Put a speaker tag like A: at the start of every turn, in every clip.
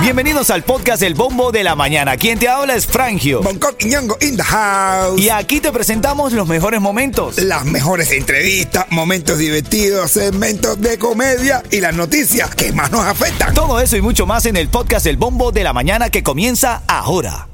A: Bienvenidos al podcast El Bombo de la Mañana. Quien te habla es Frangio.
B: Bangkok y Ñongo in the house.
A: Y aquí te presentamos los mejores momentos.
B: Las mejores entrevistas, momentos divertidos, segmentos de comedia y las noticias que más nos afectan.
A: Todo eso y mucho más en el podcast El Bombo de la Mañana que comienza ahora.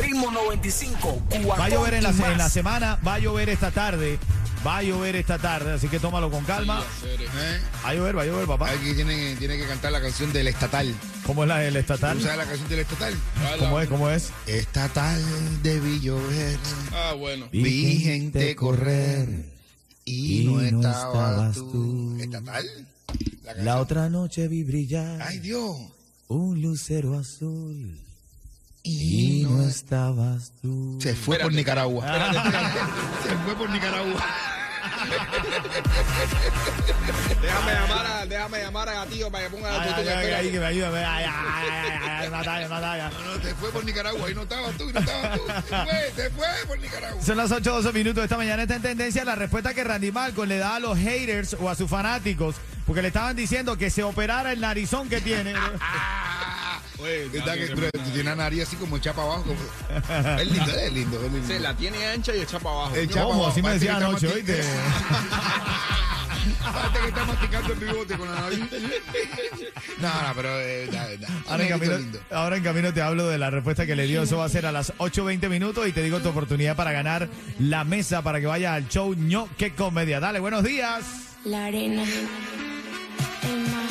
C: Ritmo 95,
D: Va a llover en la, en la semana, va a llover esta tarde, va a llover esta tarde, así que tómalo con calma.
E: ¿Eh?
D: Va a llover, va a llover, papá.
E: Aquí tiene, tiene que cantar la canción del estatal.
D: ¿Cómo es la del estatal?
E: ¿Tú sabes la canción del estatal?
D: ¿Cómo es? ¿Cómo es?
E: Estatal debí llover,
C: Ah, bueno.
E: vi gente correr y, no, estabas tú. ¿Estatal? La canción.
D: otra noche vi brillar
E: Ay, Dios.
D: un lucero azul
E: Y no es-
D: estabas tú.
E: Se fue por Nicaragua. Se fue por Nicaragua.
C: Déjame llamar a, déjame llamar a Gatillo para que ponga
D: Ay,
C: la
D: ay,
C: tutu
D: ay, ay,
C: espérate.
D: que me ayude. Ay, ay, ay, ay, ay, una talla, una talla.
E: No, no, se fue por Nicaragua. Ahí no estabas tú, no estabas tú. Se fue, se fue por Nicaragua.
D: Son las 8.12 minutos de esta mañana. Está en tendencia la respuesta que Randy Malcolm le da a los haters o a sus fanáticos, porque le estaban diciendo que se operara el narizón que tiene.
E: ¿Qué tal que- pero tú tienes una nariz así como chapa abajo. como- Es lindo, es lindo, es lindo.
C: Se la tiene ancha y echa para abajo.
E: El chapa
D: ¿Cómo?
E: abajo,
D: Así me
E: parece
D: decía
E: que está
D: anoche,
E: mastic-
D: oíste.
E: Parece que está masticando el bigote con la nariz. No, no, pero eh, da- da-
D: Ahora en,
E: un
D: camino,
E: lindo.
D: ahora en camino te hablo de la respuesta que le dio. Eso va a ser a las 8.20 minutos y te digo tu oportunidad para ganar la mesa para que vayas al show ño que comedia. Dale, buenos días.
F: La arena, el mar,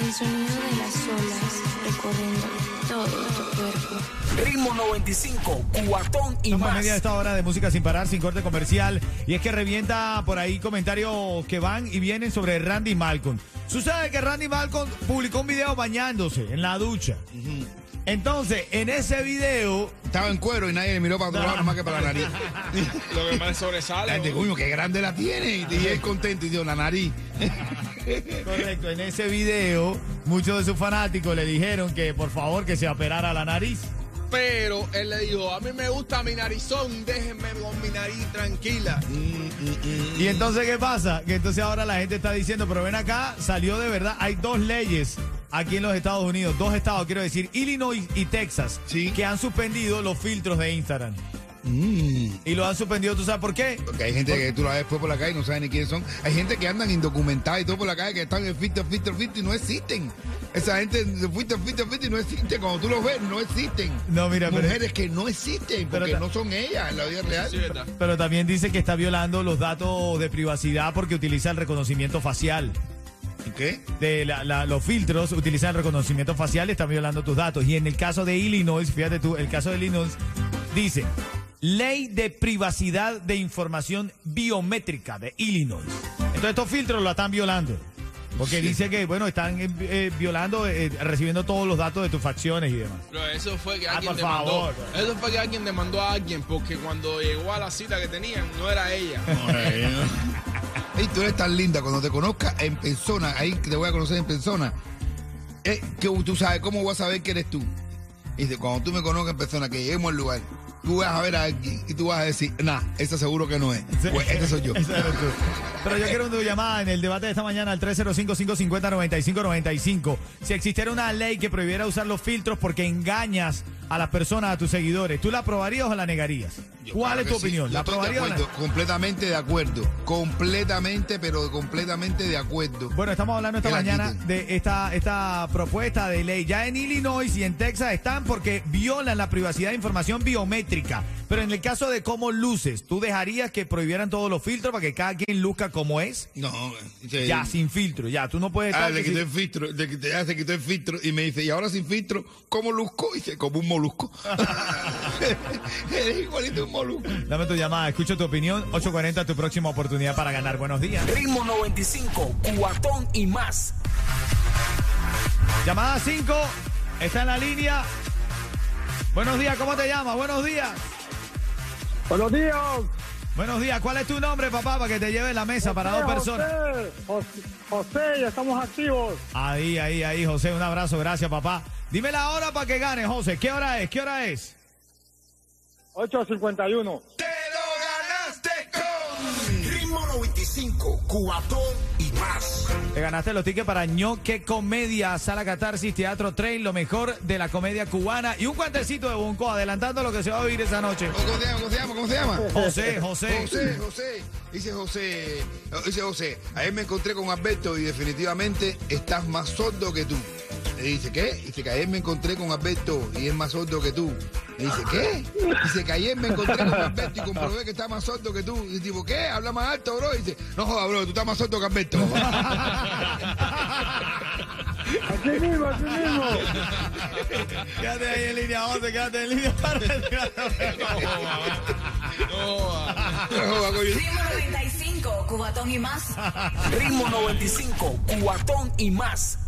F: el sonido de las olas recorriendo todo tu cuerpo.
C: Ritmo 95, cuatón y
D: Estamos en media de
C: más.
D: esta hora de música sin parar, sin corte comercial. Y es que revienta por ahí comentarios que van y vienen sobre Randy Malcolm. Sucede que Randy Malcolm publicó un video bañándose en la ducha. Entonces, en ese video,
E: Estaba en cuero y nadie le miró para otro lado, nomás que para la nariz.
C: Lo que más
E: La
C: sobresale.
E: gente,
C: ¿no?
E: coño, qué grande la tiene. Y- Y él contento y dio la nariz.
D: correcto, en ese video, muchos de sus fanáticos le dijeron que por favor que se operara la nariz.
C: Pero él le dijo, a mí me gusta mi narizón, déjenme con mi nariz tranquila.
D: Y entonces, ¿qué pasa? Que entonces ahora la gente está diciendo, pero ven acá, salió de verdad, hay dos leyes aquí en los Estados Unidos, dos estados, quiero decir, Illinois y Texas,
E: Sí.
D: que han suspendido los filtros de Instagram.
C: Mm.
D: Y lo han suspendido, ¿tú sabes por qué?
E: Porque hay gente que tú la ves después por la calle y no sabes ni quiénes son. Hay gente que andan indocumentadas y todo por la calle que están en filtro, filtro, filtro y no existen. Esa gente de filtro, filtro, filtro y no existe. Cuando tú los ves, no existen.
D: No, mira, pero-
E: Mujeres que no existen
D: Pero
E: porque
D: ta-
E: no son ellas en la vida real.
C: Sí, ¿verdad?
D: Pero también dice que está violando los datos de privacidad porque utiliza el reconocimiento facial.
E: ¿Qué?
D: de la- la- los filtros, utilizan el reconocimiento facial, están violando tus datos. Y en el caso de Illinois, fíjate tú, el caso de Illinois dice, ley de privacidad de información biométrica de Illinois. Entonces estos filtros lo están violando. Porque dice que, bueno, están eh, eh, violando, eh, recibiendo todos los datos de tus facciones y demás.
C: Pero eso fue que
D: Ah,
C: alguien
D: por
C: demandó.
D: favor.
C: Eso fue que alguien demandó a alguien porque cuando llegó a la cita que tenían no era ella.
D: eh.
E: Ey, tú eres tan linda. Cuando te conozca en persona, ahí te voy a conocer en persona. Eh, que tú sabes cómo voy a saber que eres tú. Y dice, cuando tú me conozcas en persona, que lleguemos al lugar, tú vas a ver a alguien y tú vas a decir, nah, esa seguro que no es. Pues este soy yo.
D: Ese eres tú. Pero yo quiero tu llamada en el debate de esta mañana al 305-550-9595. Si existiera una ley que prohibiera usar los filtros porque engañas a las personas, a tus seguidores, ¿tú la aprobarías o la negarías?
E: Yo,
D: ¿Cuál es
E: claro
D: tu
E: que sí.
D: opinión?
E: Yo
D: ¿La
E: estoy de
D: aprobarías o la
E: acuerdo, Completamente de acuerdo. Completamente, pero completamente de acuerdo.
D: Bueno, estamos hablando esta
E: Que la
D: mañana
E: quiten.
D: de esta, esta propuesta de ley. Ya en Illinois y en Texas están porque violan la privacidad de información biométrica. Pero en el caso de cómo luces, ¿tú dejarías que prohibieran todos los filtros para que cada quien luzca como es?
E: No, sí.
D: Ya, sin filtro, ya. Tú no puedes
E: Ah,
D: estar
E: le
D: que si-
E: quité el filtro, le quité, ya se quitó el filtro y me dice, y ahora sin filtro, ¿cómo luzco? Y dice, como un molusco. Eres igualito a un molusco.
D: Dame tu llamada, escucho tu opinión. 840, tu próxima oportunidad para ganar. Buenos días.
C: Ritmo 95, cuatón y más.
D: Llamada 5, está en la línea. Buenos días, ¿cómo te llamas? Buenos días.
G: Buenos días.
D: Buenos días, ¿cuál es tu nombre, papá, para que te lleve la mesa para dos personas?
G: José, José, José, ya estamos activos.
D: Ahí, ahí, ahí, José, un abrazo, gracias, papá. Dime la hora para que gane, José. ¿Qué hora es? ¿Qué hora es?
G: 8.51.
E: ¡Te lo ganaste con!
C: Ritmo 95.
H: 25, Cubatón y más.
D: Te ganaste los tickets para Ñoque Comedia, Sala Catarsis, Teatro Train, lo mejor de la comedia cubana y un guantecito de Bonco, adelantando lo que se va a vivir esa noche.
E: ¿Cómo se llama? ¿Cómo se llama? ¿Cómo se llama?
D: José, José.
E: José, José, dice José, dice José, ayer me encontré con Alberto y definitivamente estás más sordo que tú. Le dice, ¿qué? Dice que ayer me encontré con Alberto y es más sordo que tú. Le dice, ¿qué? Dice que ayer me encontré con Alberto y comprobé que está más sordo que tú. Y tipo, ¿qué? Habla más alto, bro. Y dice, no joda, bro, tú estás más sordo que Alberto.
G: Aquí mismo, aquí mismo.
D: Quédate ahí en línea 11, quédate en línea
E: No joda, coño.
I: Ritmo 95, Cubatón y más.
H: Ritmo 95, Cubatón y más.